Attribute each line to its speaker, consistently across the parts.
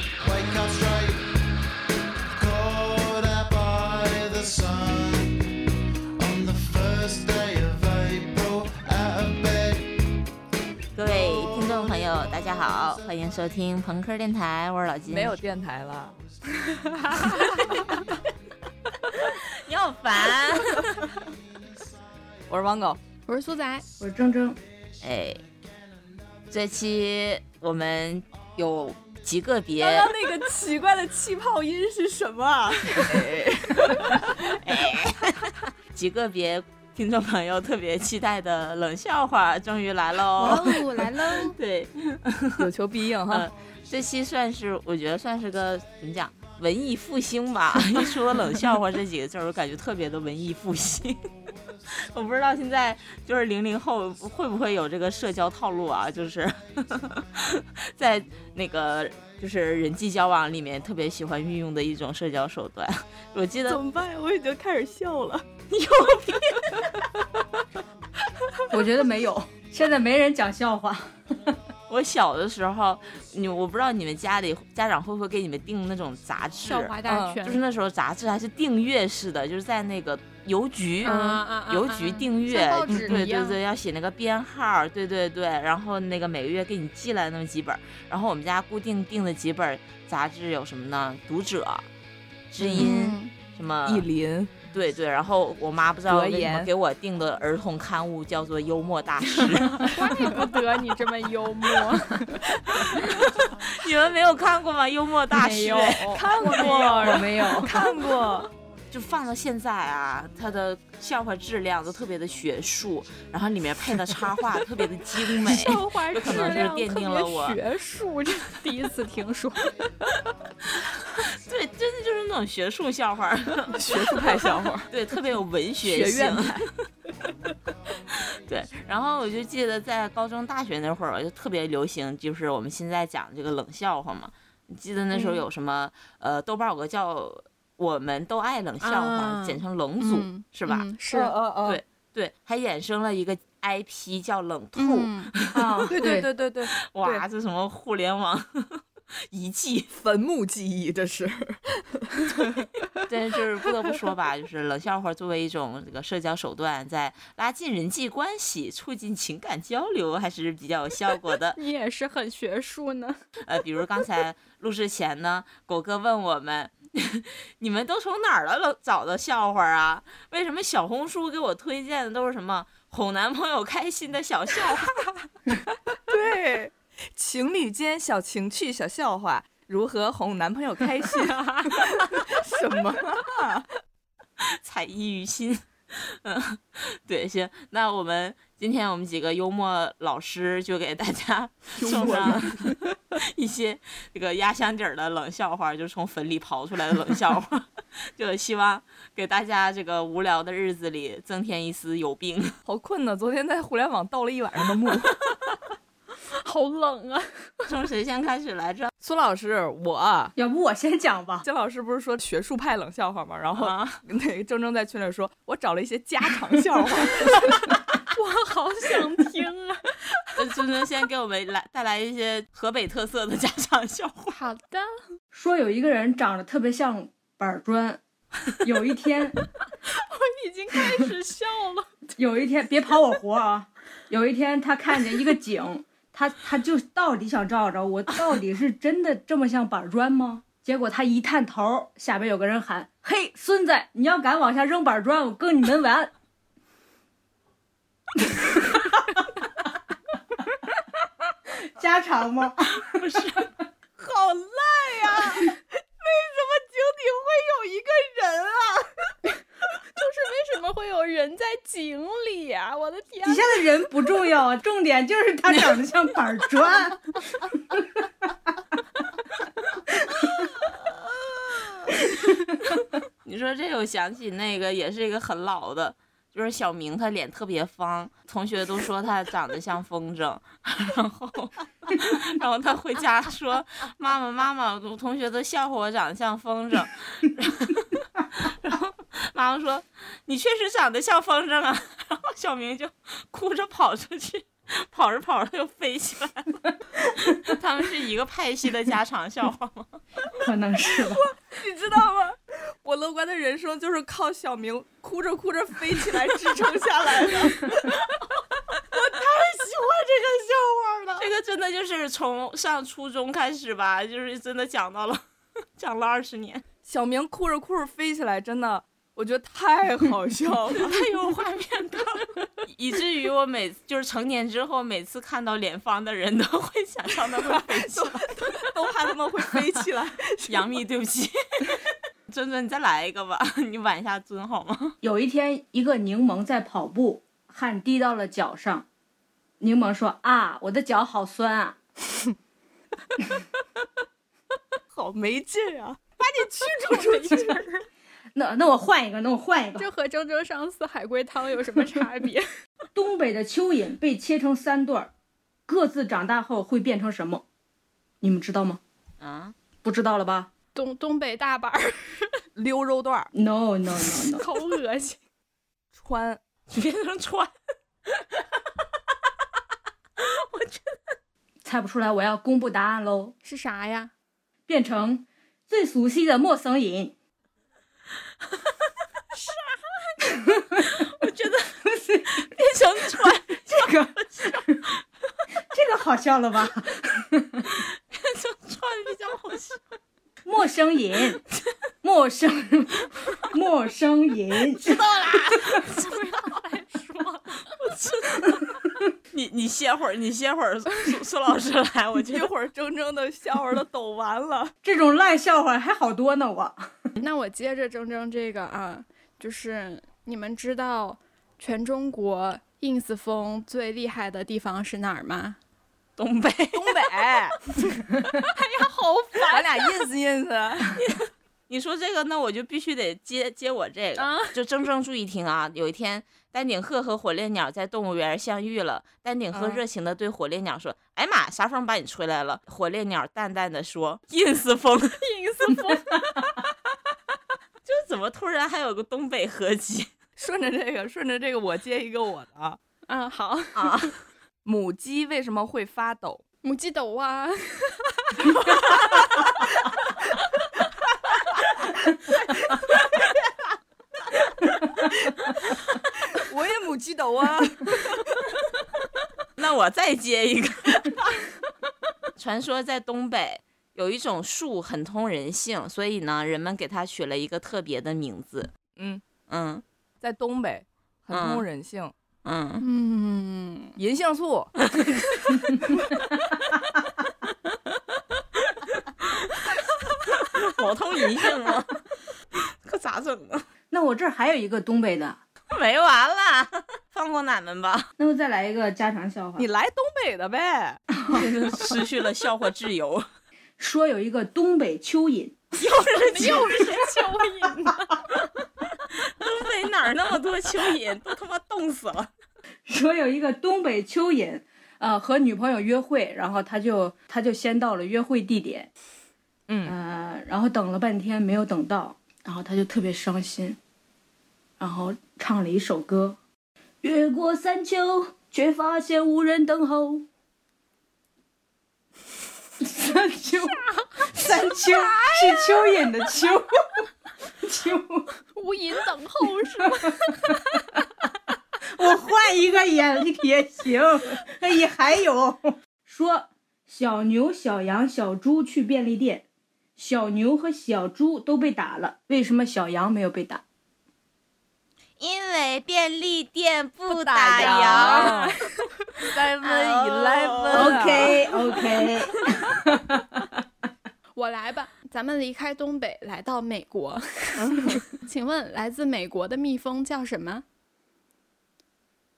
Speaker 1: out straight. Caught out by the sun on the first day of April. Out of bed.
Speaker 2: 各位听众朋友，大家好，欢迎收听朋克电台，我是老金。
Speaker 3: 嗯
Speaker 4: 没有，电台了，
Speaker 2: 你好烦。
Speaker 4: 我是汪狗，
Speaker 5: 我是苏仔，
Speaker 3: 我是铮铮，
Speaker 2: 哎，这期我们有极个 别，
Speaker 4: 刚刚那个奇怪的气泡音是什么 啊？
Speaker 2: 极个别听众朋友特别期待的冷笑话终于来
Speaker 5: 哇
Speaker 2: 喽。
Speaker 5: 哦，来喽！
Speaker 2: 对，
Speaker 4: 有求必 应
Speaker 2: 嗯，这期算是我觉得算是个怎么讲，文艺复兴吧。一说冷笑话这几个字儿，我感觉特别的文艺复兴。 我不知道现在就是零零后会不会有这个社交套路啊，就是 在那个就是人际交往里面特别喜欢运用的一种社交手段。我记得
Speaker 4: 怎么办？我已经开始笑了。
Speaker 3: 我觉得没有，现在没人讲笑话。
Speaker 2: 我小的时候，你我不知道你们家里家长会不会给你们订那种杂志
Speaker 5: 笑，话 大
Speaker 2: 就是
Speaker 5: 全，
Speaker 2: 那时候杂志还是订阅式的，就是在那个邮局。
Speaker 5: 啊啊啊！
Speaker 2: 嗯邮局订阅，
Speaker 5: 像报
Speaker 2: 嗯
Speaker 5: 纸
Speaker 2: 对
Speaker 5: 一
Speaker 2: 对
Speaker 5: 样
Speaker 2: 对，要写那个编号，对对对，然后那个每个月给你寄来那么几本儿，然后我们家固定订的几本儿杂志有什么呢？读者、知音、
Speaker 5: 嗯，
Speaker 2: 什么
Speaker 4: 意林，
Speaker 2: 对对，然后我妈不知道
Speaker 4: 格
Speaker 2: 为什么
Speaker 4: 言
Speaker 2: 给我订的儿童刊物叫做《幽默大 师》，
Speaker 5: 怪不得你这么幽 默，
Speaker 2: 你们没有看过吗？《幽默大师》哎
Speaker 5: 没有，
Speaker 4: 看过，
Speaker 3: 我没有，
Speaker 4: 看 过，
Speaker 2: 就放到现在啊，它的笑话质量都特别的学术，然后里面配的插画 特别的精美。
Speaker 5: 笑话质
Speaker 2: 可能是
Speaker 5: 量
Speaker 2: 奠
Speaker 5: 特
Speaker 2: 定了我
Speaker 5: 别学术，这第一次听 说。
Speaker 2: 对，真的就是那种学术笑话，
Speaker 4: 学术派笑 话，
Speaker 2: 对，特别有文学
Speaker 4: 学院
Speaker 2: 性。 对，然后我就记得在高中、大学那会儿，就特别流行，就是我们现在讲这个冷笑话嘛。你记得那时候有什么？呃，豆瓣有个叫“我们都爱冷笑话”，
Speaker 5: 啊
Speaker 2: 简称“冷组”
Speaker 5: 嗯
Speaker 2: 是吧？呃
Speaker 5: 嗯是，
Speaker 4: 嗯
Speaker 3: 哦
Speaker 2: 对对，还衍生了一个 IP 叫“冷兔”。
Speaker 5: 嗯，。
Speaker 3: 啊，
Speaker 4: 对对对对对，
Speaker 2: 哇，这什么互联网 遗迹？
Speaker 4: 坟墓记忆这是，
Speaker 2: 但是就是不得不说吧，就是冷笑话作为一种这个社交手段，在拉近人际关系、促进情感交流还是比较有效果的
Speaker 5: 你也是很学术呢。
Speaker 2: 呃，比如刚才录制前呢，狗哥问我们。 你们都从哪儿了了找的笑话啊？为什么小红书给我推荐的都是什么哄男朋友开心的小笑话？
Speaker 4: 对，情侣间小情趣、小笑话，如何哄男朋友开 心？什么？
Speaker 2: 才艺于心。嗯，对，行，那我们今天我们几个幽默老师就给大家送上 一些这个压箱底儿的冷笑话，就是从坟里刨出来的冷笑话， 就希望给大家这个无聊的日子里增添一丝有病。
Speaker 4: 好困呢，昨天在互联网盗了一晚上的墓。
Speaker 5: 好 冷啊！
Speaker 2: 从谁先开始来着？
Speaker 4: 苏老师，我啊
Speaker 3: 要不我先讲吧。
Speaker 4: 姜老师不是说学术派冷笑话吗？然后
Speaker 2: 啊，
Speaker 4: 那个铮铮在群里说，我找了一些家常笑话。
Speaker 5: 我好想听 啊。
Speaker 2: 尊尊先给我们来带来一些河北特色的家常笑话。
Speaker 5: 好的，
Speaker 3: 说有一个人长得特别像板砖，有一天，
Speaker 5: 我已经开始笑了。
Speaker 3: 有一天，别跑我活啊！有一天，他看见一个井，他他就到底想找找我到底是真的这么像板砖吗？结果他一探头，下边有个人喊：“嘿，孙子，你要敢往下扔板砖，我跟你们玩 家常吗？
Speaker 4: 好烂呀、为什么井底会有一个人啊？
Speaker 5: 就是为什么会有人在井里啊？我的天
Speaker 3: 底！下的人不重要啊，重点就是他长得像板砖。
Speaker 2: 你说这我想起那个也是一个很老的，就是小明他脸特别方，同学都说他长得像风筝， 然后然后他回家说妈妈妈妈，我同学都笑话我长得像风筝，然后 妈妈说你确实长得像风筝啊， 然后小明就哭着跑出去。跑着 跑着又飞起来了，他们是一个派系的家常笑话吗？
Speaker 3: 可能是吧。
Speaker 4: 你知道吗？我乐观的人生就是靠小明哭着哭着飞起来支撑下来 的。
Speaker 2: 这个真的就是从上初中开始吧，就是真的讲到了，讲了二十年，
Speaker 4: 小明哭着哭着飞起来，真的，我觉得太好笑了。
Speaker 2: 太有画面感了，以至于我每就是成年之后，每次看到脸方的人都会想象他会飞 起来。
Speaker 4: 都怕他们会飞起来。
Speaker 2: 杨幂，对不 起，尊尊，你再来一个吧，你挽一下尊好吗？
Speaker 3: 有一天，一个柠檬在跑步，汗滴到了脚上，柠檬说：“啊，我的脚好酸啊
Speaker 4: 好没劲啊！把你驱逐出去。
Speaker 3: 那那我换一个，那我换一个。
Speaker 5: 这和铮铮上次海龟汤有什么差别？
Speaker 3: 东北的蚯蚓被切成三段儿，各自长大后会变成什么？你们知道吗？
Speaker 2: 啊，
Speaker 3: 不知道了吧
Speaker 5: 东 东北大板儿，
Speaker 4: 溜肉段儿
Speaker 3: ？No No No No，
Speaker 5: 好恶心。
Speaker 4: 穿
Speaker 2: 变成川，
Speaker 3: 猜不出来，我要公布答案喽。
Speaker 5: 是啥呀？
Speaker 3: 变成最熟悉的陌生 人。
Speaker 2: 变成川，
Speaker 3: 这个这个好笑了吧？
Speaker 2: 变成川啊比较好笑。
Speaker 3: 陌生人，陌生陌生人，
Speaker 2: 你你歇会儿，你歇会儿，苏苏老师来，我觉
Speaker 4: 一
Speaker 2: 得
Speaker 4: 会儿铮铮的笑话都抖完了。
Speaker 3: 这种烂笑话还好多呢。我
Speaker 5: 那我接着铮铮这个啊，就是你们知道全中国 ins 风最厉害的地方是哪儿吗？
Speaker 2: 东北
Speaker 4: 东北，
Speaker 5: 好
Speaker 4: 咱俩 ins ins。
Speaker 2: 你说这个，那我就必须得接接我这个。
Speaker 5: 啊！
Speaker 2: 就铮铮注意听啊！有一天，丹顶鹤和火烈鸟在动物园相遇了。丹顶鹤
Speaker 4: 嗯
Speaker 2: 热情地对火烈鸟说：“哎妈，啥风把你吹来了？”火烈鸟淡淡地说：“ins 风。”
Speaker 5: ins 风，
Speaker 2: 就怎么突然还有个东北合集
Speaker 4: 顺着这个，顺着这个，我接一个我的啊。
Speaker 5: 嗯，好，
Speaker 2: 啊？
Speaker 4: 母鸡为什么会发抖？
Speaker 5: 母鸡斗啊，
Speaker 4: 我也母鸡抖啊！
Speaker 2: 那我再接一个。 传说在东北有一种树很通人性，所以呢，人们给它取了一个特别的名字。
Speaker 4: 嗯，
Speaker 2: 嗯
Speaker 4: 在东北很通人性，
Speaker 2: 嗯，
Speaker 5: 嗯，
Speaker 4: 银杏树。
Speaker 2: 好通人性啊！可咋整啊？
Speaker 3: 那我这儿还有一个东北的，
Speaker 2: 没完了，放过俺们 吧！
Speaker 3: 那我再来一个家常笑话
Speaker 4: 你。来东北的呗？
Speaker 2: 失去了笑话自由。
Speaker 3: 说有一个东北蚯蚓，
Speaker 2: 又是
Speaker 5: 又是蚯蚓 呢，
Speaker 2: 东北哪儿那么多蚯蚓，都他妈冻死了。
Speaker 3: 说有一个东北蚯蚓，呃，和女朋友约会，然后他就他就先到了约会地点，
Speaker 4: 嗯，
Speaker 3: 呃，然后等了半天没有等到，然后他就特别伤心，然后唱了一首歌，越过山丘，却发现无人等候。山丘，山丘是蚯蚓的蚯， 蚯。
Speaker 5: 无垠等候是吗？
Speaker 3: 我换一个也 也行，也还有说小牛、小羊、小猪去便利店，小牛和小猪都被打了，为什么小羊没有被打？
Speaker 2: 因为便利店不
Speaker 4: 打
Speaker 2: 烊。
Speaker 4: 烊。Seven
Speaker 2: 啊
Speaker 3: Oh.
Speaker 4: Eleven。
Speaker 3: OK OK，
Speaker 5: 我来吧，咱们离开东北，来到美 国。请问，来自美国的蜜蜂叫什么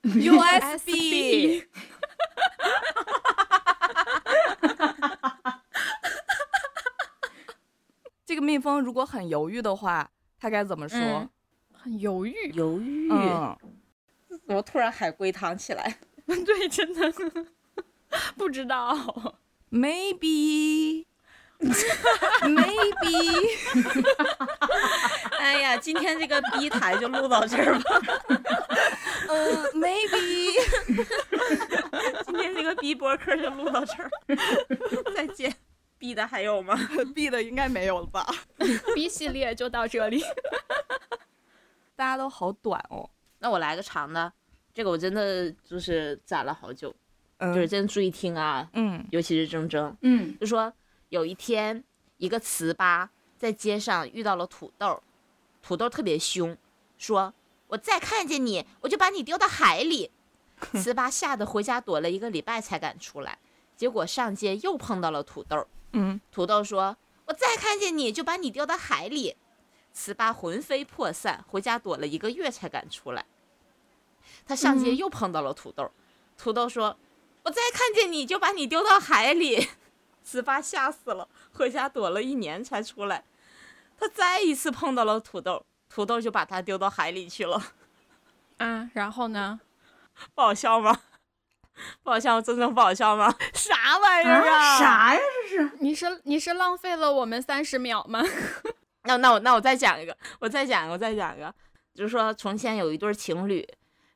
Speaker 4: USB。这个蜜蜂如果很犹豫的话，它该怎么说？
Speaker 2: 嗯
Speaker 5: 很犹豫。
Speaker 2: 犹豫，
Speaker 4: 嗯，
Speaker 2: 怎么突然海龟汤起 来？
Speaker 5: 对，真的不知道。
Speaker 4: m a y b e maybe，
Speaker 2: 哎呀，今天这个逼台就录到这儿吧。
Speaker 4: 嗯、m a y b e
Speaker 2: 今天这个逼播客就录到这儿，再见。 B 的还有吗？
Speaker 4: B 的应该没有了吧？
Speaker 5: B 系列就到这里。
Speaker 4: 大家都好短哦。
Speaker 2: 那我来个长的，这个我真的就是攒了好久，
Speaker 4: 嗯
Speaker 2: 就是真的注意听啊，
Speaker 4: 嗯，
Speaker 2: 尤其是铮铮，
Speaker 3: 嗯，
Speaker 2: 就说有一天一个糍粑在街上遇到了土豆，土豆特别凶，说我再看见你，我就把你丢到海里。糍粑吓得回家躲了一个礼拜才敢出来，结果上街又碰到了土豆，
Speaker 4: 嗯，
Speaker 2: 土豆说：“我再看见你就把你丢到海里。”糍粑魂飞魄散，回家躲了一个月才敢出来。他上街
Speaker 3: 嗯
Speaker 2: 又碰到了土豆，土豆说：“我再看见你就把你丢到海里。”糍粑吓死了，回家躲了一年才出来。他再一次碰到了土豆，土豆就把他丢到海里去了。
Speaker 5: 啊，然后呢？
Speaker 2: 不好笑吗？不好笑，真正不好笑吗？
Speaker 4: 啥玩意
Speaker 3: 啊
Speaker 4: 儿啊？？
Speaker 3: 啥呀？
Speaker 5: 你是你是浪费了我们三十秒吗？
Speaker 2: 那那我那我再讲一个，我再讲一个，我再讲一个，就是说从前有一对情侣，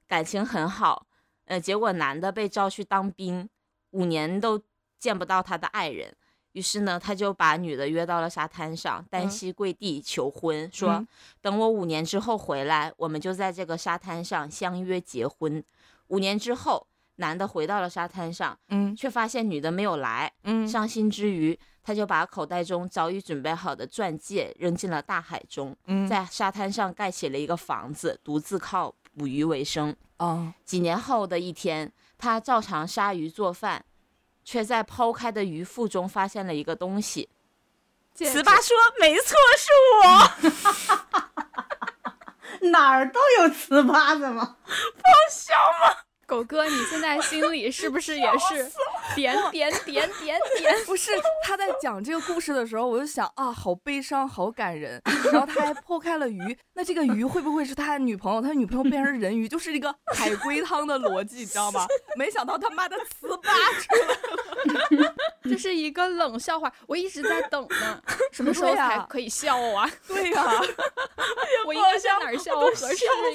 Speaker 2: 感情很好，呃，结果男的被招去当兵，五年都见不到他的爱人，于是呢，他就把女的约到了沙滩上，单
Speaker 4: 嗯
Speaker 2: 膝跪地求婚，说、
Speaker 4: 嗯
Speaker 2: 等我五年之后回来，我们就在这个沙滩上相约结婚。五年之后，男的回到了沙滩上，
Speaker 4: 嗯
Speaker 2: 却发现女的没有来，
Speaker 4: 嗯
Speaker 2: 伤心之余，他就把口袋中早已准备好的钻戒扔进了大海中，
Speaker 4: 嗯
Speaker 2: 在沙滩上盖起了一个房子，独自靠捕鱼为生。
Speaker 4: 哦，
Speaker 2: 几年后的一天，他照常杀鱼做饭，却在剖开的鱼腹中发现了一个东西。
Speaker 5: 戒
Speaker 2: 糍
Speaker 5: 指
Speaker 2: 粑说：“没错，是我。
Speaker 3: 哪儿都有糍粑的嘛。
Speaker 5: 狗哥，你现在心里是不是也是点点点点点？
Speaker 4: 不是他在讲这个故事的时候，我就想啊，好悲伤，好感人。然后他还剖开了鱼，那这个鱼会不会是他的女朋友？他女朋友变成人鱼，就是一个海龟汤的逻辑，你知道吗？没想到他妈的糍粑出来了，
Speaker 5: 这是一个冷笑话，我一直在等呢，什么时候
Speaker 4: 对呀
Speaker 5: 才可以笑啊？
Speaker 4: 对呀、
Speaker 5: 我应该在哪儿笑合适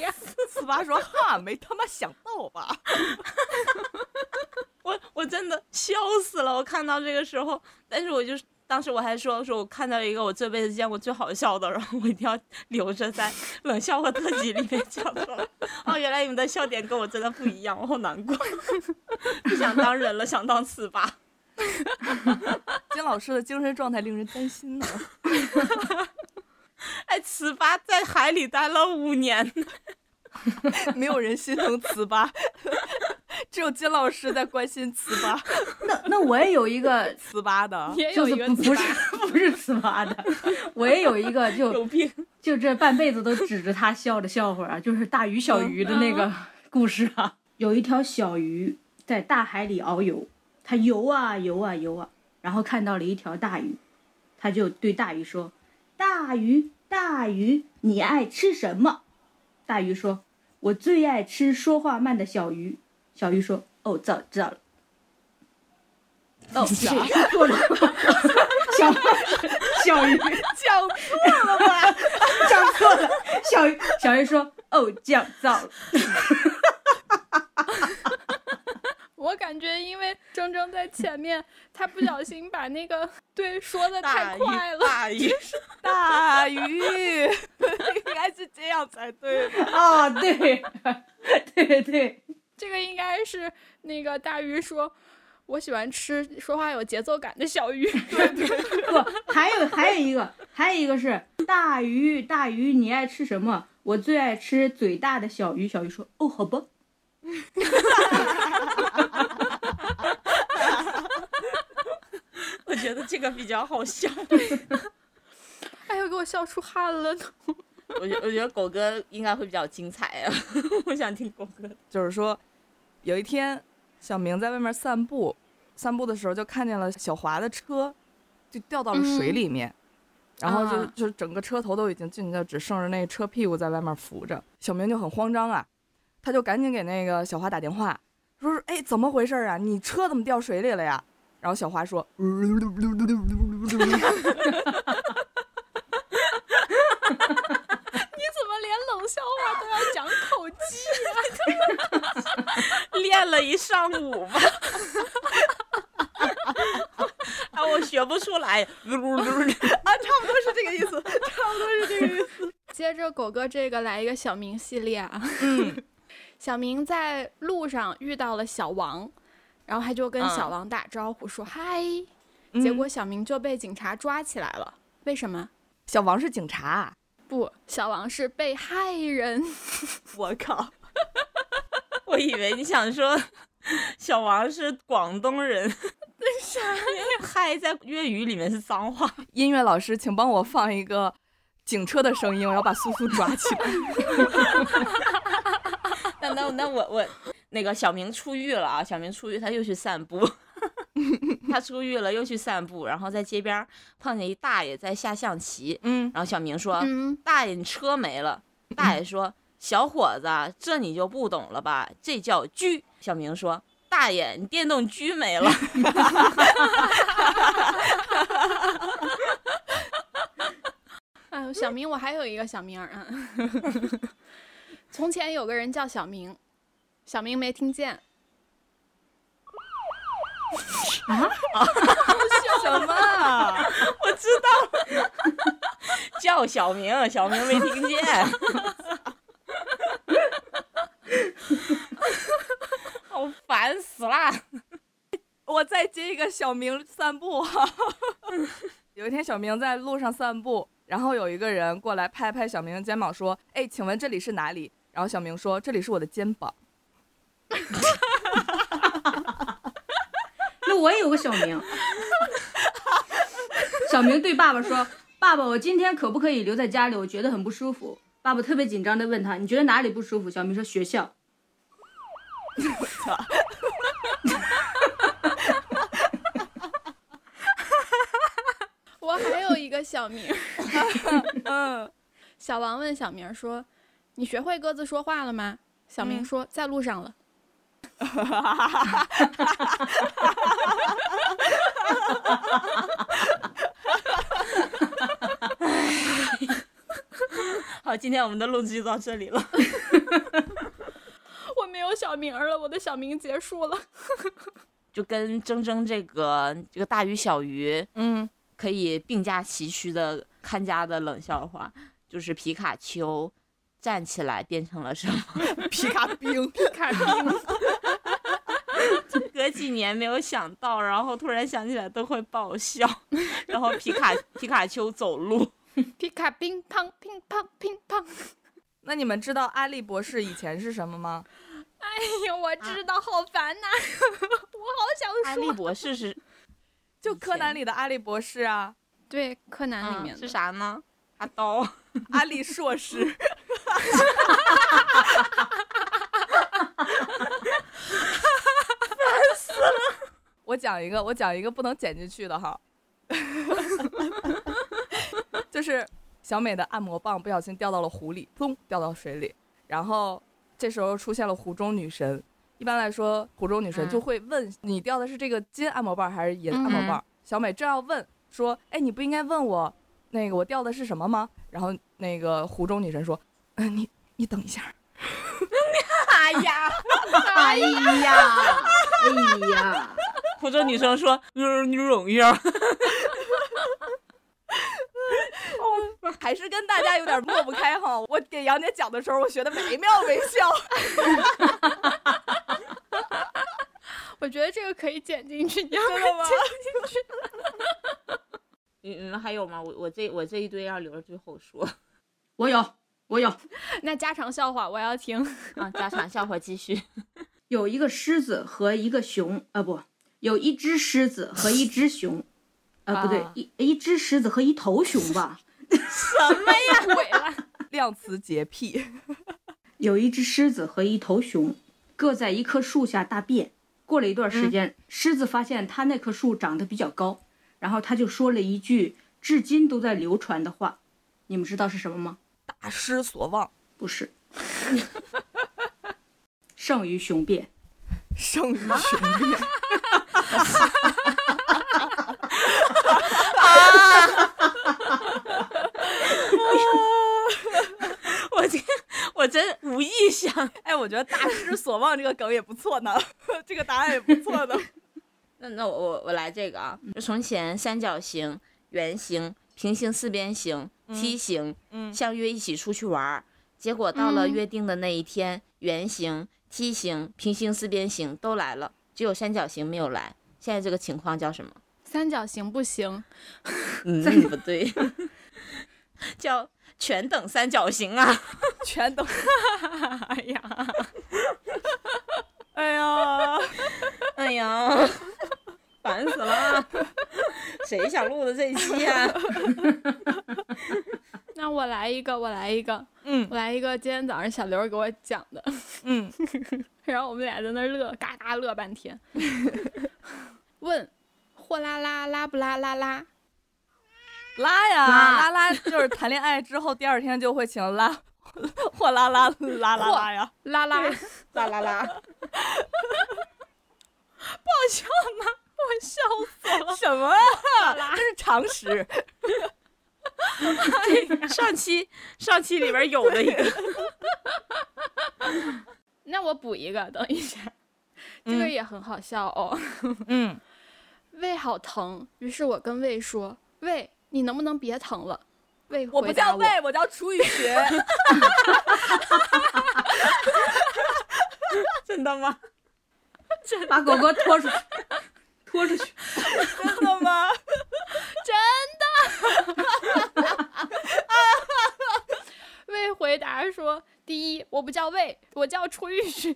Speaker 5: 呀？
Speaker 4: 糍粑说哈，没他妈想到吧？
Speaker 2: 我我真的笑死了，我看到这个时候，但是我就是当时我还说说我看到一个我这辈子见过最好笑的，然后我一定要留着在冷笑话特辑里面讲出来。 哦，原来你们的笑点跟我真的不一样，我好难过，不想当人了，想当糍粑。
Speaker 4: 金老师的精神状态令人担心呢。
Speaker 2: 哎，糍粑在海里待了五年呢，
Speaker 4: 没有人心疼糍粑， 只有金老师在关心糍粑
Speaker 3: 那那我也有 一个，
Speaker 4: 糍粑的。
Speaker 5: 也
Speaker 3: 就
Speaker 5: 有
Speaker 3: 是
Speaker 5: 一个
Speaker 3: 不
Speaker 5: 糍
Speaker 3: 不是
Speaker 5: 粑，
Speaker 3: 不是糍粑的，我也有一个就
Speaker 2: 有 病。
Speaker 3: 就这半辈子都指着他笑的笑话啊，就是大鱼小鱼的那个故事啊。 有一条小鱼在大海里遨游，它游啊游啊游啊，然后看到了一条大鱼，它就对大鱼说：“大鱼，大鱼，你爱吃什么？”大鱼说：“我最爱吃说话慢的小鱼。”小鱼说：“哦，早知道了。”哦，小鱼错了， 小小鱼。
Speaker 4: 讲错了吧？
Speaker 3: 讲错了。小鱼小鱼说：“哦，讲糟了。
Speaker 5: 我感觉因为铮铮在前面，他不小心把那个对说的太快了，
Speaker 2: 大鱼，
Speaker 4: 大鱼 应该是这样才对的。
Speaker 3: 啊，对，对对，
Speaker 5: 这个应该是那个大鱼说。我喜欢吃说话有节奏感的小鱼，
Speaker 3: 不，还有还有一个，还有一个是大鱼大鱼，你爱吃什么？我最爱吃嘴大的小鱼。小鱼说：哦，好吧。
Speaker 2: 我觉得这个比较好笑。
Speaker 5: 哎呦，给我笑出汗了都。
Speaker 2: 我觉我觉得狗哥应该会比较精彩啊， 我想听狗哥。
Speaker 4: 就是说，有一天，小明在外面散步，散步的时候就看见了小华的车，就掉到了水里面，然后就
Speaker 5: 啊
Speaker 4: 就整个车头都已经进去了，只剩着那车屁股在外面浮着。小明就很慌张啊，他就赶紧给那个小华打电话，说是：“哎，怎么回事儿啊？你车怎么掉水里了呀？”然后小华说：“
Speaker 5: 你怎么连冷笑话都要讲口啊技？
Speaker 2: 练了一上午吧。哎，我学不出来，噜噜噜噜
Speaker 4: 啊，差不多是这个意思， 差不多是这个意思。
Speaker 5: 接着狗哥这个来一个小明系列啊，
Speaker 4: 嗯，
Speaker 5: 小明在路上遇到了小王，然后他就跟
Speaker 2: 嗯
Speaker 5: 小王打招呼说嗨，结果小明就被警察抓起来了，为什么？
Speaker 4: 小王是警察，
Speaker 5: 不，小王是被害人。
Speaker 4: 我靠，
Speaker 2: 我以为你想说小王是广东 人，那啥？嗨，在粤语里面是脏话。
Speaker 4: 音乐老师，请帮我放一个警车的声音，我要把苏苏抓起来。
Speaker 2: 那那那我我那个小明出狱了啊，小明出狱，他又去散步。 他出狱了，又去散步，然后在街边儿碰见一大爷在下象棋，
Speaker 4: 嗯，
Speaker 2: 然后小明说：“
Speaker 5: 嗯，
Speaker 2: 大爷，你车没了。”大爷说：“小伙子，这你就不懂了吧？这叫车。”小明说：“大爷，你电动车没了。
Speaker 5: 哎呦，小明，我还有一个小名儿啊。 从前有个人叫小明，小明没听见，
Speaker 4: 什么啊？”
Speaker 2: 我知道了，叫小明，小明没听见。好烦死啦！
Speaker 4: 我再接一个小明散步哈。 有一天，小明在路上散步，然后有一个人过来拍拍小明的肩膀，说：“哎，请问这里是哪里？”然后小明说：“这里是我的肩膀。
Speaker 3: 那我也有个小明，小明对爸爸说：“爸爸，我今天可不可以留在家里？我觉得很不舒服。”爸爸特别紧张的问他：“你觉得哪里不舒服？”小明说：“学校。
Speaker 5: 我还有一个小名 儿。”
Speaker 4: 嗯，
Speaker 5: 小王问小明说：“你学会鸽子说话了吗？”小明说：“在路上了。
Speaker 2: 好，今天我们的录制就到这里了。”
Speaker 5: 我没有小名儿了，我的小名结束了。
Speaker 2: 就跟铮铮这个这个大鱼小鱼，
Speaker 4: 嗯，
Speaker 2: 可以并驾齐驱的看家的冷笑话，就是皮卡丘站起来变成了什么？
Speaker 4: 皮 卡兵，
Speaker 5: 看，
Speaker 2: 隔几年没有想到，然后突然想起来都会爆笑。 然后皮卡皮卡丘走路，
Speaker 5: 皮卡乒乓乒乓乒乓。
Speaker 4: 那你们知道阿笠博士以前是什么吗？
Speaker 5: 哎呦，我知道，好烦 呐、我好
Speaker 2: 安
Speaker 5: 想
Speaker 2: 利
Speaker 5: 说。
Speaker 2: 博士是
Speaker 4: 就柯南里的阿笠博士啊，
Speaker 5: 对，柯南里
Speaker 2: 嗯
Speaker 5: 面的、
Speaker 2: 是啥呢？阿刀，
Speaker 4: 阿笠硕士。我讲一个，我讲一个不能剪进去的哈， 就是小美的按摩棒不小心掉到了湖里，咚，掉到水里，然后这时候出现了湖中女神。一般来说，湖中女神就
Speaker 2: 嗯
Speaker 4: 会问你掉的是这个金按摩棒还是银按摩棒。小美正要问说：“哎，你不应该问我那个我掉的是什么吗？”然后那个湖中女神说：“嗯、你你等一下。”
Speaker 2: 哎呀，
Speaker 3: 哎呀，哎呀，
Speaker 2: 湖州女生说：“妞妞荣耀。
Speaker 4: 还是跟大家有点抹不开哈。我给杨姐讲的时候，我学的惟妙惟肖。
Speaker 5: 我觉得这个可以剪进去，你要
Speaker 4: 真的吗
Speaker 5: 剪进去。”
Speaker 2: 你你们嗯还有吗？我我这我这一堆要留着最后 说
Speaker 3: 我有，我有。
Speaker 5: 那家常笑话我要听。
Speaker 2: 啊，家常笑话继续。
Speaker 3: 有一个狮子和一个熊，啊不，有一只狮子和一只熊，啊不对
Speaker 4: 啊，
Speaker 3: 一一只狮子和一头熊吧。
Speaker 2: 嗯什么呀？
Speaker 5: 毁了，
Speaker 4: 量词洁癖，
Speaker 3: 有一只狮子和一头熊，各在一棵树下大便。过了一段时
Speaker 2: 嗯
Speaker 3: 间，狮子发现它那棵树长得比较高，然后它就说了一句至今都在流传的话，你们知道是什么吗？
Speaker 4: 大失所望，
Speaker 3: 不是，胜于雄辩。
Speaker 4: 胜于
Speaker 2: 啊
Speaker 4: 雄 辩。
Speaker 2: 我这 我真无意想，
Speaker 4: 哎，我觉得“大失所望”这个梗也不错呢，这个答案也不错呢。
Speaker 2: 那那我我我来这个啊，就从前三角形、圆形、平行四边形、梯形，
Speaker 6: 嗯
Speaker 2: 相约一起出去玩儿，结果到了
Speaker 5: 嗯
Speaker 2: 约定的那一天，圆形、梯形、平行四边形都来了，只有三角形没有来。现在这个情况叫什么？
Speaker 5: 三角形不行，
Speaker 2: 嗯，不对， 叫全等三角形啊。
Speaker 4: 全都
Speaker 5: 哎呀，
Speaker 4: 哎呀，
Speaker 2: 哎呀，烦死了！谁想录的这一期啊？
Speaker 5: 那我来一个，我来一个，
Speaker 6: 嗯
Speaker 5: 我来一个。今天早上小刘给我讲的，
Speaker 6: 嗯，
Speaker 5: 然后我们俩在那儿乐，嘎嘎乐 半天。问，货拉拉拉不拉拉拉？
Speaker 4: 拉呀
Speaker 3: 拉
Speaker 4: 拉拉，就是谈恋爱之后第二天就会请拉 货拉拉拉拉拉呀，
Speaker 5: 拉拉，
Speaker 2: 啦啦 啦！
Speaker 5: 我笑
Speaker 4: 什么啊？这是常识。哎
Speaker 2: 上期上期里边有的一个，
Speaker 5: 那我补一个，等一下， 这
Speaker 4: 嗯
Speaker 5: 个也很好笑哦。
Speaker 6: 嗯，
Speaker 5: 胃好疼，于是我跟胃说：“胃，你能不能别疼了？”胃
Speaker 4: 我不
Speaker 5: 回答
Speaker 4: 叫
Speaker 5: 我，
Speaker 4: 胃，我叫楚雨 学。
Speaker 2: 真的吗？
Speaker 3: 把狗狗拖 出去，拖出去。
Speaker 4: 真的吗？
Speaker 5: 胃回答说：“第一，我不叫胃，我叫楚雨荨。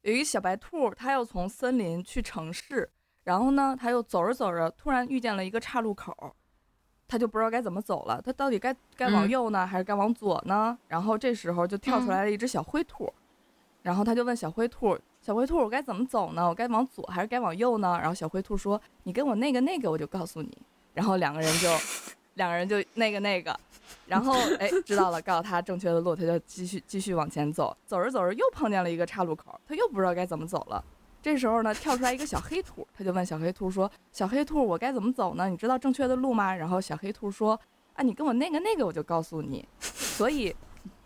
Speaker 4: 有一个小白兔，它要从森林去城市，然后呢，它又走着走着，突然遇见了一个岔路口，它就不知道该怎么走了，它到底该该往
Speaker 2: 嗯
Speaker 4: 右呢，还是该往左呢？然后这时候就跳出来了一只小灰兔，然后它就问小灰兔：“小灰兔，我该怎么走呢？我该往左还是该往右呢？”然后小灰兔说：“你给我那个那个，我就告诉你。”然后两个人就两个人就那个那个，然后哎，知道了，告诉他正确的路，他就继续继续往前走。走着走着又碰见了一个岔路口，他又不知道该怎么走了。这时候呢，跳出来一个小黑兔，他就问小黑兔说：“小黑兔，我该怎么走呢？你知道正确的路吗？”然后小黑兔说：“啊，你跟我那个那个，我就告诉你。”所以，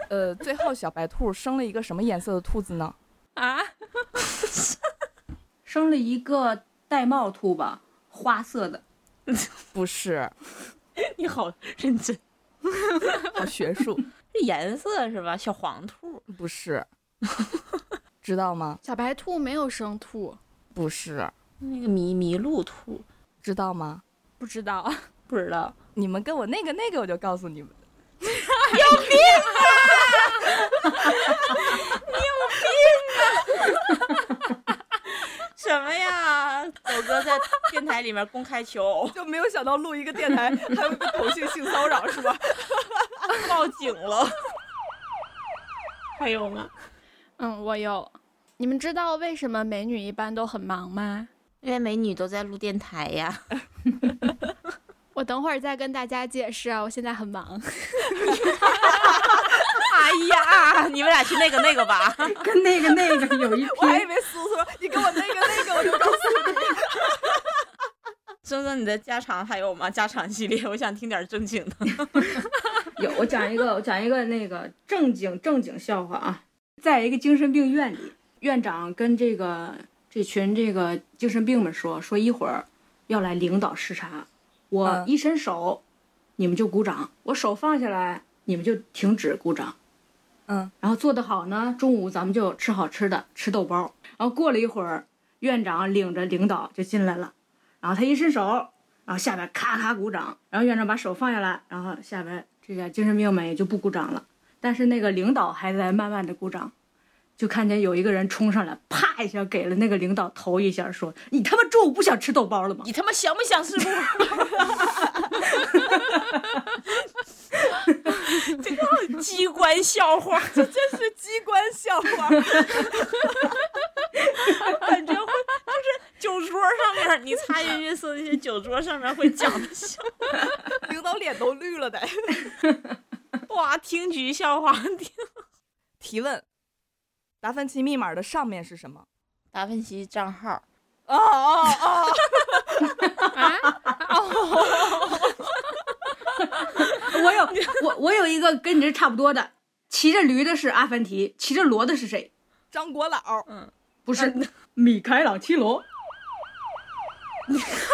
Speaker 4: 呃，最后小白兔生了一个什么颜色的兔子呢？”
Speaker 5: 啊，
Speaker 3: 生了一个玳瑁兔吧，花色的。
Speaker 4: 不是，
Speaker 2: 你好认真，
Speaker 4: 好学术，
Speaker 2: 这颜色是吧？小黄兔，
Speaker 4: 不是， 知道吗？
Speaker 5: 小白兔没有生兔，
Speaker 4: 不是，
Speaker 2: 那个麋麋鹿兔，
Speaker 4: 知道吗？
Speaker 5: 不知道。
Speaker 2: 不知道。
Speaker 4: 你们跟我那个那个，我就告诉你们。
Speaker 2: 什么呀？狗哥在电台里面公开求偶，
Speaker 4: 就没有想到录一个电台还会被同性性骚扰是吧？
Speaker 2: 报警了。还有吗？
Speaker 5: 嗯，我有。你们知道为什么美女一般都很忙吗？
Speaker 2: 因为美女都在录电台呀。
Speaker 5: 我等会儿再跟大家解释啊，我现在很忙。
Speaker 2: 哎呀，你们俩去那个那个吧。
Speaker 3: 跟那个那个有一
Speaker 4: 我还以
Speaker 3: 拼。
Speaker 4: 为苏苏说你给我那个那个，我就告诉
Speaker 2: 铮铮，你的家常还有吗？家常系列，我想听点正经的。
Speaker 3: 有，我讲一个，我讲一个那个正经正经笑话啊，在一个精神病院里，院长跟这个这群这个精神病们说，说一会儿要来领导视察，我
Speaker 4: 嗯
Speaker 3: 一伸手，你们就鼓掌；我手放下来，你们就停止鼓掌。
Speaker 4: 嗯，
Speaker 3: 然后做得好呢，中午咱们就吃好吃的，吃豆包。然后过了一会儿，院长领着领导就进来了，然后他一伸手，然后下边咔咔鼓掌，然后院长把手放下来，然后下边这个精神病们也就不鼓掌了，但是那个领导还在慢慢的鼓掌，就看见有一个人冲上来，啪一下给了那个领导头一下，说：“你他妈中午不想吃豆包了吗
Speaker 2: 你他妈想不想试过？ 这个好机关笑 话，这真是机关笑话，感觉会就是酒桌上面，你擦音乐色那些酒桌上面会讲的笑
Speaker 4: 你，领导脸都绿了得。
Speaker 2: 话，哇，听局笑话。听
Speaker 4: 提问：达芬奇密码的上面是什么？
Speaker 2: 达芬奇账号，
Speaker 4: 哦哦哦！
Speaker 5: 啊
Speaker 3: 我 有我我有一个跟你这差不多的，骑着驴的是阿凡提，骑着骡的是谁？
Speaker 4: 张国老，
Speaker 5: 嗯，
Speaker 3: 不是米开朗基罗。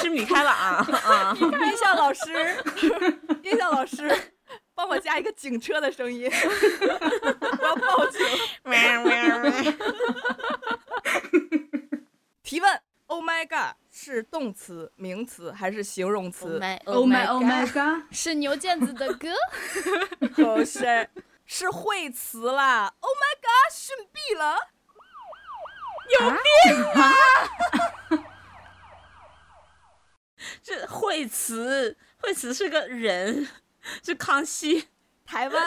Speaker 2: 是米开朗 啊，
Speaker 4: 印象老师， 印象老师，帮我加一个警车的声 音，我要报警。提问，Oh my god 是动词、名词还是形容词？
Speaker 2: 哦 my
Speaker 3: Oh my oh my
Speaker 5: god
Speaker 3: god！
Speaker 5: 是牛腱子的歌。
Speaker 4: 不是，Oh 是惠词啦。Oh my god，逊毙了！
Speaker 2: 这惠慈，惠慈是个人，是康熙，
Speaker 4: 台湾，台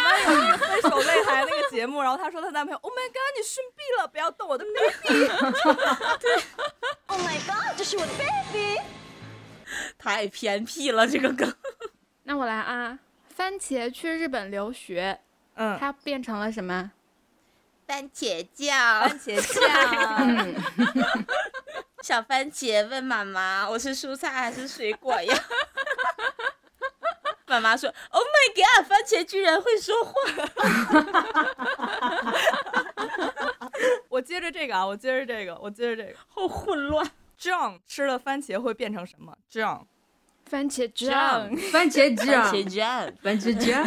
Speaker 4: 湾有一个分手擂台那个节目，然后她说她男朋友，Oh my god，你逊毙了，不要动我的 baby。
Speaker 6: Oh my god，这是我的 baby。
Speaker 2: 太偏僻了这个梗。
Speaker 5: 那我来啊，番茄去日本留学，
Speaker 4: 嗯，
Speaker 5: 它变成了什么？
Speaker 2: 番茄酱，
Speaker 4: 番茄酱，
Speaker 3: 嗯，
Speaker 2: 小番茄问妈妈：“我是蔬菜还是水果呀？” 妈妈说：“Oh my god，番茄居然会说话
Speaker 4: 我接着这个啊，我接着这个，我接着这个，
Speaker 2: 好混乱。
Speaker 4: 酱吃了番茄会变成什么？酱，
Speaker 5: 番茄酱。
Speaker 3: 番茄
Speaker 2: 啊
Speaker 3: 酱，
Speaker 2: 酱，
Speaker 3: 番茄啊酱，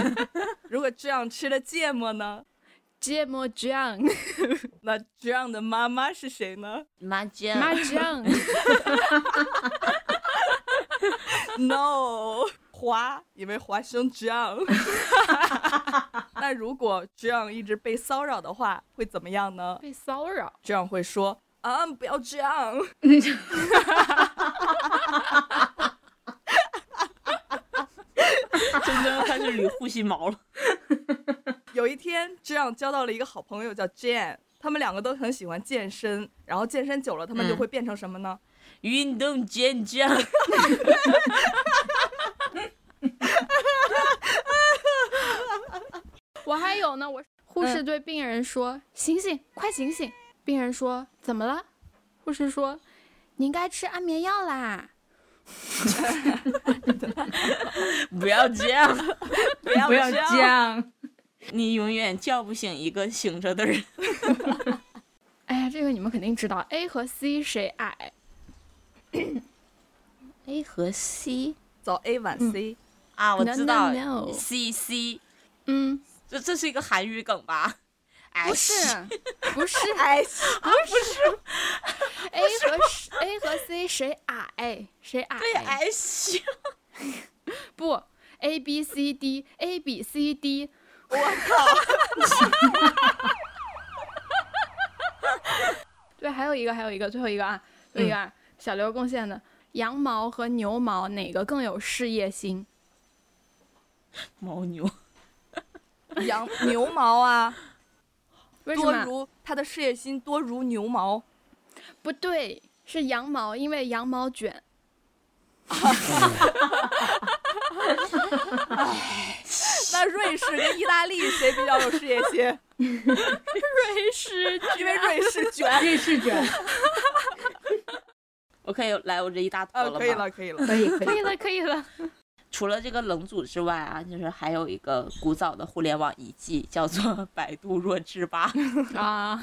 Speaker 4: 如果酱吃了芥末呢？
Speaker 5: 芥末 酱、
Speaker 4: 那酱的妈妈是谁呢
Speaker 2: 麻酱
Speaker 5: 麻酱、
Speaker 4: ？No，花， 因为花生酱。 那如果酱一直被骚扰的话，会怎么样呢？
Speaker 5: 被骚扰，
Speaker 4: 酱会说啊，不要这样。
Speaker 3: 啊
Speaker 2: 真正开始捋护心毛了。
Speaker 4: 有一天，这样交到了一个好朋友叫 Jane，他们两个都很喜欢健身，然后健身久了，他们就会变成什么呢？
Speaker 2: 运动健 将，
Speaker 5: 我还有呢。我 嗯护士对病人说：“醒醒，快醒醒！”病人说：“怎么了？”护士说：“你应该吃安眠药啦。
Speaker 2: 不要这 样，
Speaker 4: 不要
Speaker 3: 不要
Speaker 4: 这样。
Speaker 3: 酱，
Speaker 2: 你永远叫不醒一个醒着的人。”
Speaker 5: 哎呀，这个你们肯定知道，A 和 C 谁 矮？
Speaker 2: A 和 C
Speaker 4: 早 A 晚 C，、
Speaker 2: 啊，我
Speaker 5: No,
Speaker 2: 知道
Speaker 5: no, no
Speaker 2: ，C C，
Speaker 5: 嗯，
Speaker 2: 这这是一个韩语梗吧？哎
Speaker 5: 不是，不是
Speaker 4: 哎，
Speaker 5: A 和 A 和 C 谁矮？谁矮？
Speaker 2: 对，哎 西，
Speaker 5: 不，A B C D，A B C D，
Speaker 4: 我靠，
Speaker 5: 对，还有一个，还有一个，最后一个啊，最后一个啊，小刘贡献的，羊毛和牛毛哪个更有事业心？
Speaker 2: 牦牛，
Speaker 4: 羊 牛毛啊，
Speaker 5: 为什
Speaker 4: 多
Speaker 5: 么？
Speaker 4: 如他的事业心多如牛毛。
Speaker 5: 不对，是羊毛，因为羊毛卷。
Speaker 4: 那瑞士跟意大利谁比较有事业心？
Speaker 5: 瑞士
Speaker 4: 因为瑞士卷。
Speaker 3: 瑞士卷，
Speaker 2: 我可以来我这一大坨
Speaker 4: 啊，
Speaker 2: 了
Speaker 4: 可以
Speaker 2: 吗？
Speaker 4: 了，可以了。
Speaker 3: 可以可
Speaker 5: 可
Speaker 3: 以
Speaker 5: 以，了，可以了。
Speaker 2: 除了这个冷组之外啊，就是还有一个古早的互联网遗迹，叫做 百度弱智吧。
Speaker 5: 啊，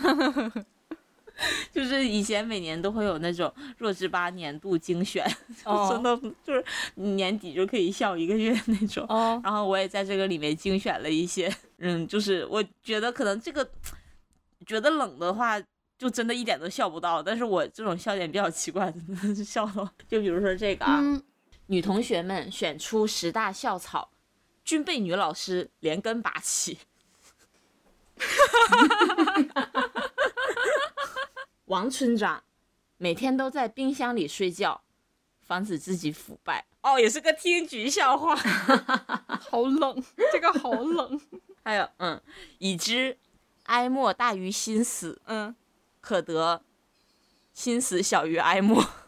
Speaker 2: 就是以前每年都会有那种弱智吧年度精选，
Speaker 4: 哦
Speaker 2: 真的就是年底就可以笑一个月那种。
Speaker 4: 哦，
Speaker 2: 然后我也在这个里面精选了一些，嗯，就是我觉得可能这个觉得冷的话，就真的一点都笑不到。但是我这种笑点比较奇怪， 就笑到就比如说这个啊，
Speaker 5: 嗯，
Speaker 2: 女同学们选出十大校草，均被女老师连根拔起。 王村长每天都在冰箱里睡觉，防止自己腐败。哦，也是个听局笑话。
Speaker 5: 好冷，这个好冷。
Speaker 2: 还有，嗯，已知哀莫大于心死，
Speaker 4: 嗯，
Speaker 2: 可得心死小于哀莫。啊！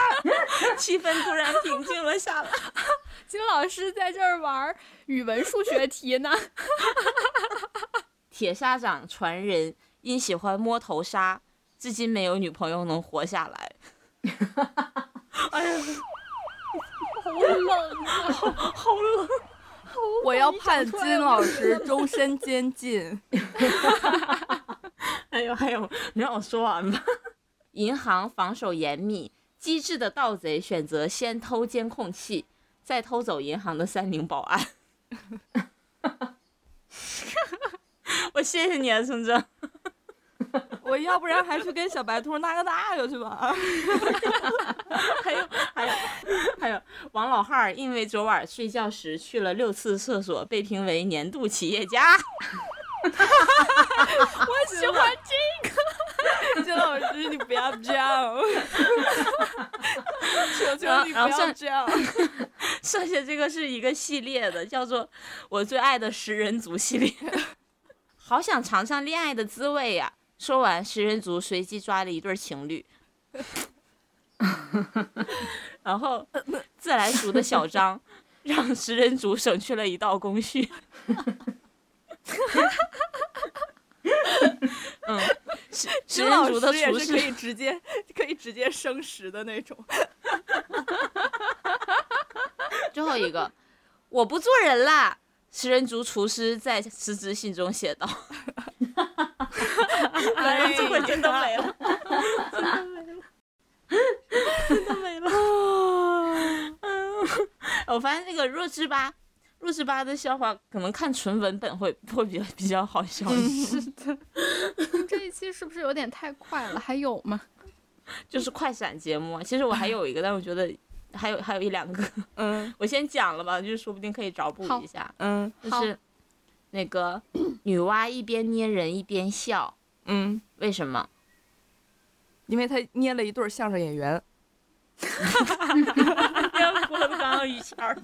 Speaker 2: 气氛突然平静了下来。
Speaker 5: 金老师在这儿玩语文、数学题 呢。
Speaker 2: 铁砂掌传人因喜欢摸头杀，至今没有女朋友能活下来。哎呀，好冷啊，好冷！
Speaker 4: 我要判金老师终身监禁。
Speaker 2: 还有还有，你 让我说完吧。银行防守严密，机智的盗贼选择先偷监控器，再偷走银行的三名保安。 我谢谢你啊，孙正。
Speaker 4: 我要不然还去跟小白兔拉个大个去吧。
Speaker 2: 还有还有还有，王老汉儿因为昨晚睡觉时去了六次厕所，被评为年度企业家。
Speaker 4: 我喜欢这个。金老师，你不要这 样，求求你不
Speaker 2: 然后
Speaker 4: 要
Speaker 2: 剩
Speaker 4: 这样。
Speaker 2: 剩下这个是一个系列的，叫做“我最爱的食人族”系列。 好想尝尝恋爱的滋味呀、说完，食人族随机抓了一对情侣。 然后，自来熟的小 张让食人族省去了一道工序。 嗯，食食
Speaker 4: 金
Speaker 2: 人
Speaker 4: 老
Speaker 2: 族的
Speaker 4: 师也
Speaker 2: 厨
Speaker 4: 是可
Speaker 2: 师
Speaker 4: 以直接可以直接生食的那 种。
Speaker 2: 最后一个，我不做人啦！食人族厨师在辞职信中写道。
Speaker 4: 哎
Speaker 2: 这个真的没了，哎真的没 了，真的没了。哦我发现这个弱智吧，弱智吧的笑话，可能看纯文本会会比较比较好笑一些，
Speaker 5: 是的， 这一期是不是有点太快了？还有吗？
Speaker 2: 就是快闪节目啊。其实我还有一个，但我觉得还有还有一两个，
Speaker 4: 嗯
Speaker 2: 我先讲了吧，就是说不定可以找补
Speaker 5: 好
Speaker 2: 一下，
Speaker 4: 嗯
Speaker 2: 就
Speaker 5: 好
Speaker 2: 是那个女娲一边捏人一边笑，
Speaker 4: 嗯，
Speaker 2: 为什么？
Speaker 4: 因为他捏了一对儿相声演员。
Speaker 2: 郭德纲和于谦儿。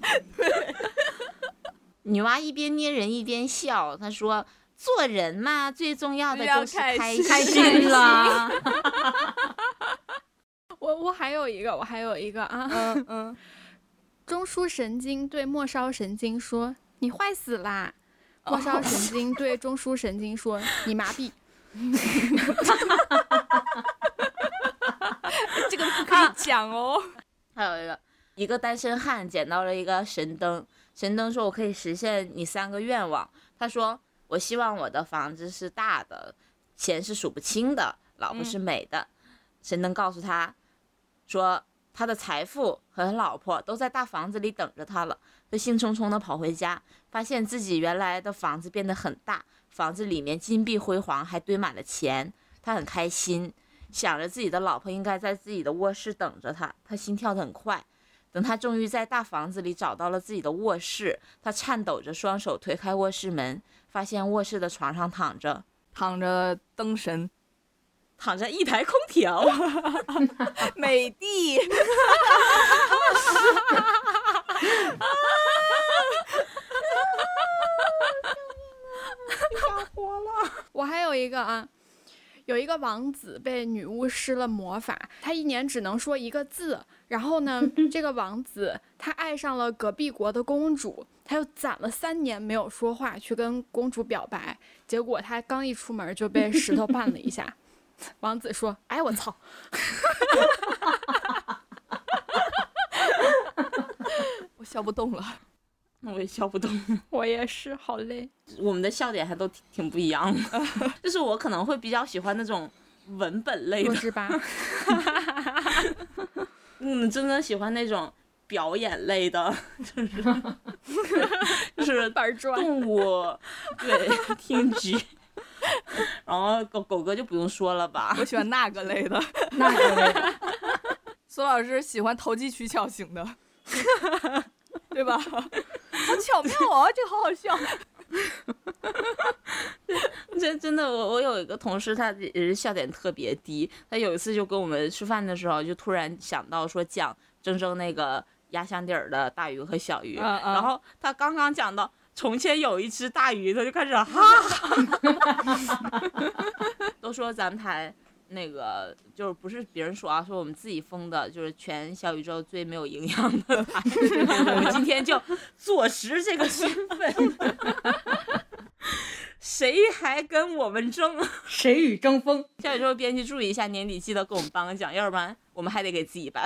Speaker 2: 女娲一边捏人一边笑，她说：“做人嘛，最重要的就是开
Speaker 4: 要
Speaker 3: 开心啦！
Speaker 5: 我我还有一个，我还有一个啊！
Speaker 4: 嗯嗯，
Speaker 5: 中枢神经对末梢神经说：“你坏死啦！”末梢神经对中枢神经说：“你麻痹。
Speaker 4: 这个
Speaker 2: 啊
Speaker 4: 不可以讲哦。
Speaker 2: 还有一个，一个单身汉捡到了一个神灯，神灯说：“我可以实现你三个愿望。”他说：“我希望我的房子是大的，钱是数不清的，老婆是美的。神灯告诉他说，他的财富和老婆都在大房子里等着他了。他兴冲冲地跑回家，发现自己原来的房子变得很大，房子里面金碧辉煌，还堆满了钱。他很开心，想着自己的老婆应该在自己的卧室等着他，他心跳得很快。等他终于在大房子里找到了自己的卧室，他颤抖着双手推开卧室门，发现卧室的床上躺着
Speaker 4: 躺着灯神
Speaker 2: 躺着一台空调。
Speaker 4: 美的，
Speaker 5: 我还有一个啊，有一个王子被女巫施了魔法，他一年只能说一个字。然后 呢，这个王子他爱上了隔壁国的公主，他又攒了三年没有说话去跟公主表白，结果他刚一出门就被石头绊了一 下。王子说：“哎，我操！”
Speaker 4: 我笑不动了。
Speaker 2: 那我也笑不动。
Speaker 5: 我也是，好累。
Speaker 2: 我们的笑点还都挺挺不一样的， 就是我可能会比较喜欢那种文本类
Speaker 5: 弱
Speaker 2: 的，
Speaker 5: 智 吧？
Speaker 2: 嗯，真的喜欢那种表演类的， 就是就是
Speaker 5: 板砖。
Speaker 2: 动物对 听觉，然后狗狗哥就不用说了吧
Speaker 4: 我，喜欢那个类的。
Speaker 3: 那个
Speaker 4: 苏老师喜欢投机取巧 型的， 对吧？ 好巧妙啊，这个好好 笑。
Speaker 2: 真真的，我我有一个同事，他也是笑点特别低。他有一次就跟我们吃饭的时候，就突然想到说讲铮铮那个压箱底儿的大鱼和小鱼，
Speaker 4: 嗯嗯
Speaker 2: 然后他刚刚讲到从前有一只大鱼，他就开始哈哈哈哈。都说咱们台那个就是不是别人说啊，说我们自己封的，就是全小宇宙最没有营养的台。我们今天就坐实这个身份。谁还跟我们争？
Speaker 3: 谁与争锋？
Speaker 2: 下宇宙编辑注意一下，年底记得给我们颁个奖，要不然我们还得给自己颁，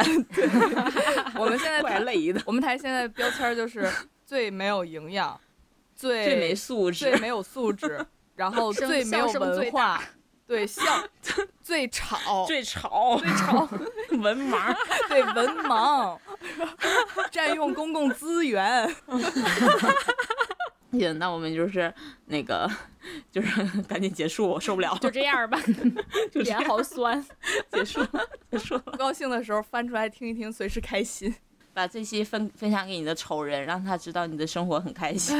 Speaker 4: 我们现在
Speaker 2: 怪累的。
Speaker 4: 我们台现在标签就是最没有营养，最
Speaker 2: 最没素质
Speaker 4: 最。没有素 质，然后
Speaker 5: 声
Speaker 4: 最没有
Speaker 5: 笑声
Speaker 4: 文
Speaker 5: 最
Speaker 4: 化，对笑 最吵，
Speaker 2: 最潮，最
Speaker 4: 吵
Speaker 2: 文盲，
Speaker 4: 对文盲，占用公共资源，
Speaker 2: 行，那我们就是那个， 就是赶紧结束，我受不 了，
Speaker 7: 就这样吧，
Speaker 2: 就这
Speaker 7: 脸
Speaker 2: 样
Speaker 7: 好酸。
Speaker 2: 结束，结束了，
Speaker 4: 不高兴的时候翻出来听一听，随时开心。
Speaker 2: 把这期分分享给你的仇人，让他知道你的生活很开 心，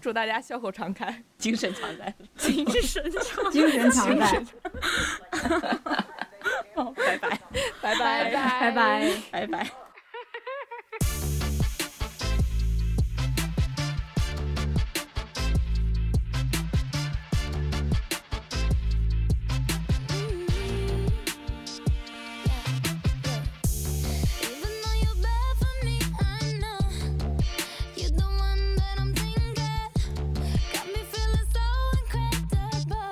Speaker 4: 祝大家笑口常 开。
Speaker 2: 精神常在。
Speaker 7: 精神上，
Speaker 3: 精 神常在，
Speaker 2: 拜拜，
Speaker 4: 拜拜。
Speaker 3: 拜拜。
Speaker 2: 拜拜。
Speaker 6: Even though you're bad for me, I know you're the one that I'm thinking. Got me feeling so incredible.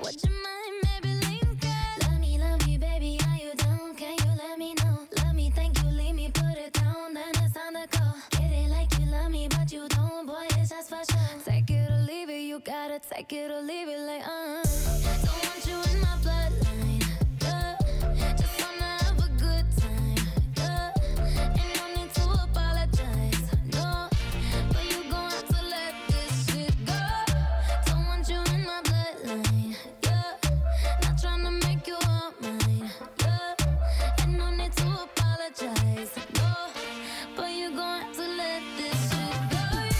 Speaker 6: What you mind, maybe link it. Love me, love me, baby, are you down? Can you let me know? Love me, thank you, leave me, put it down, then it's time to go. Get it like you love me, but you don't, boy, it's just for show. Take it or leave it, you gotta take it or leave it like uh. Don't want you in my bloodline, uh. Just wanna have a good time, uh. Ain't no need to apologize, no. But you gon' have to let this shit go. Don't want you in my bloodline, yeah. Not tryna make you all mine, yeah. Ain't no need to apologize, no. But you gon' have to let this shit go, yeah.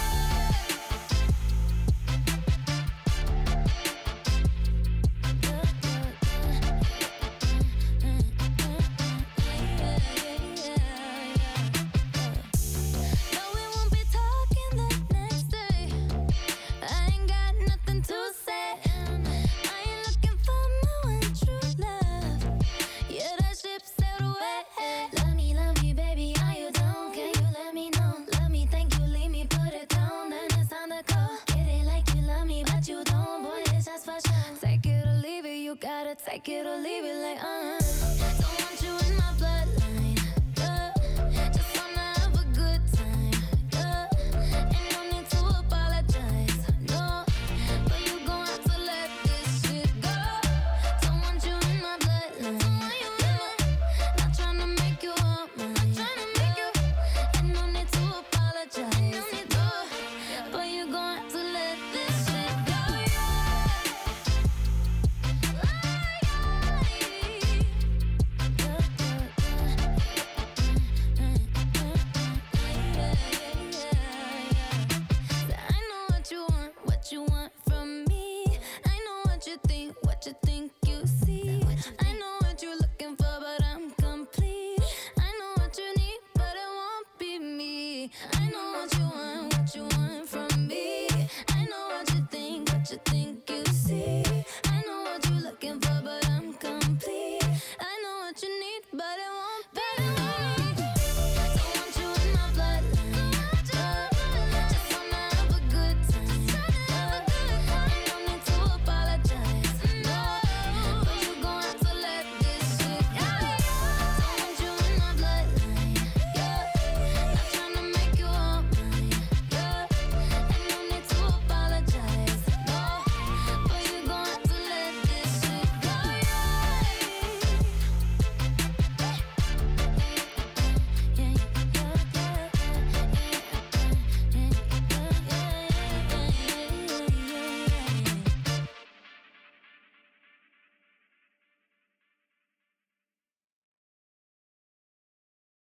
Speaker 6: No, we won't be talking the next day. I ain't got nothing to say. I ain't looking for my one true love. Yeah, that ship sailed away. Love me, love me, baby, are you down? Can you let me know? Love me, thank you, leave me, put it down. Then it's time to go. Get it like you love me, but you don't, boy, it's just for show. Take it or leave it, you gotta take it or leave it like uh. Don't want you in my bloodline, uh. Just wanna have a good time, uh. Ain't no need to apologize, no. But you gon' have to let this shit go. Don't want you in my bloodline. Not tryna make you all mine. Ain't no need to apologize, no. But you gon' have to let this shit go. I know what you want, what you want from me. I know what you think, what you think you see.